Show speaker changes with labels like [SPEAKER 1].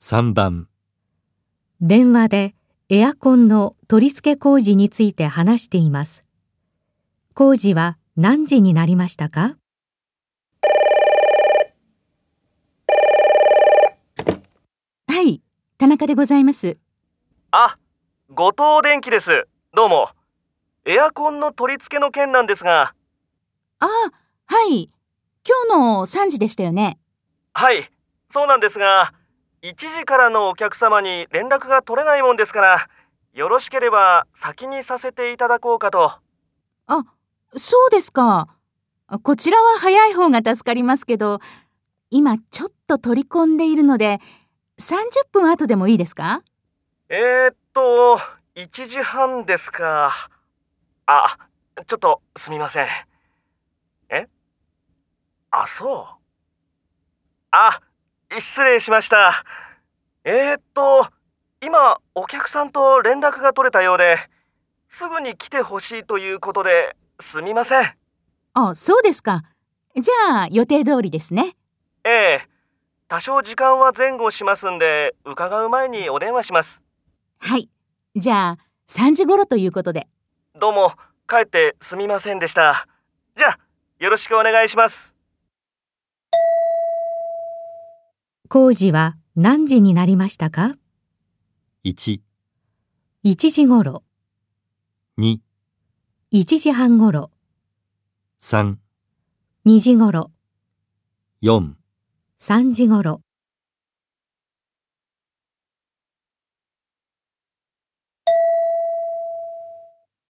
[SPEAKER 1] 3番
[SPEAKER 2] 電話でエアコンの取り付け工事について話しています。工事は何時になりましたか
[SPEAKER 3] はい、田中でございます。
[SPEAKER 4] あ、後藤電機です。どうも。エアコンの取り付けの件なんですが、
[SPEAKER 3] ああ、はい。今日の3時でしたよね。
[SPEAKER 4] はい、そうなんですが、1時からのお客様に連絡が取れないもんですから、よろしければ先にさせていただこうかと。
[SPEAKER 3] そうですか。こちらは早い方が助かりますけど、今ちょっと取り込んでいるので、30分後でもいいですか
[SPEAKER 4] えー、っと、1時半ですか。あ、ちょっとすみません。えあ、そう。あ、失礼しました。えー、っと、今、お客さんと連絡が取れたようで、すぐに来てほしいということで、すみません。
[SPEAKER 3] あ、そうですか。じゃあ予定通りですね。
[SPEAKER 4] ええ、多少時間は前後しますんで、伺う前にお電話します。
[SPEAKER 3] はい。じゃあ3時頃ということで。
[SPEAKER 4] どうも、帰ってすみませんでした。じゃあ、よろしくお願いします。
[SPEAKER 2] 工事は何時になりましたか
[SPEAKER 1] 1,
[SPEAKER 2] 1時ごろ、
[SPEAKER 1] 2,
[SPEAKER 2] 1時半ごろ、
[SPEAKER 1] 3,
[SPEAKER 2] 2時ごろ、
[SPEAKER 1] 4
[SPEAKER 2] 3時ごろ。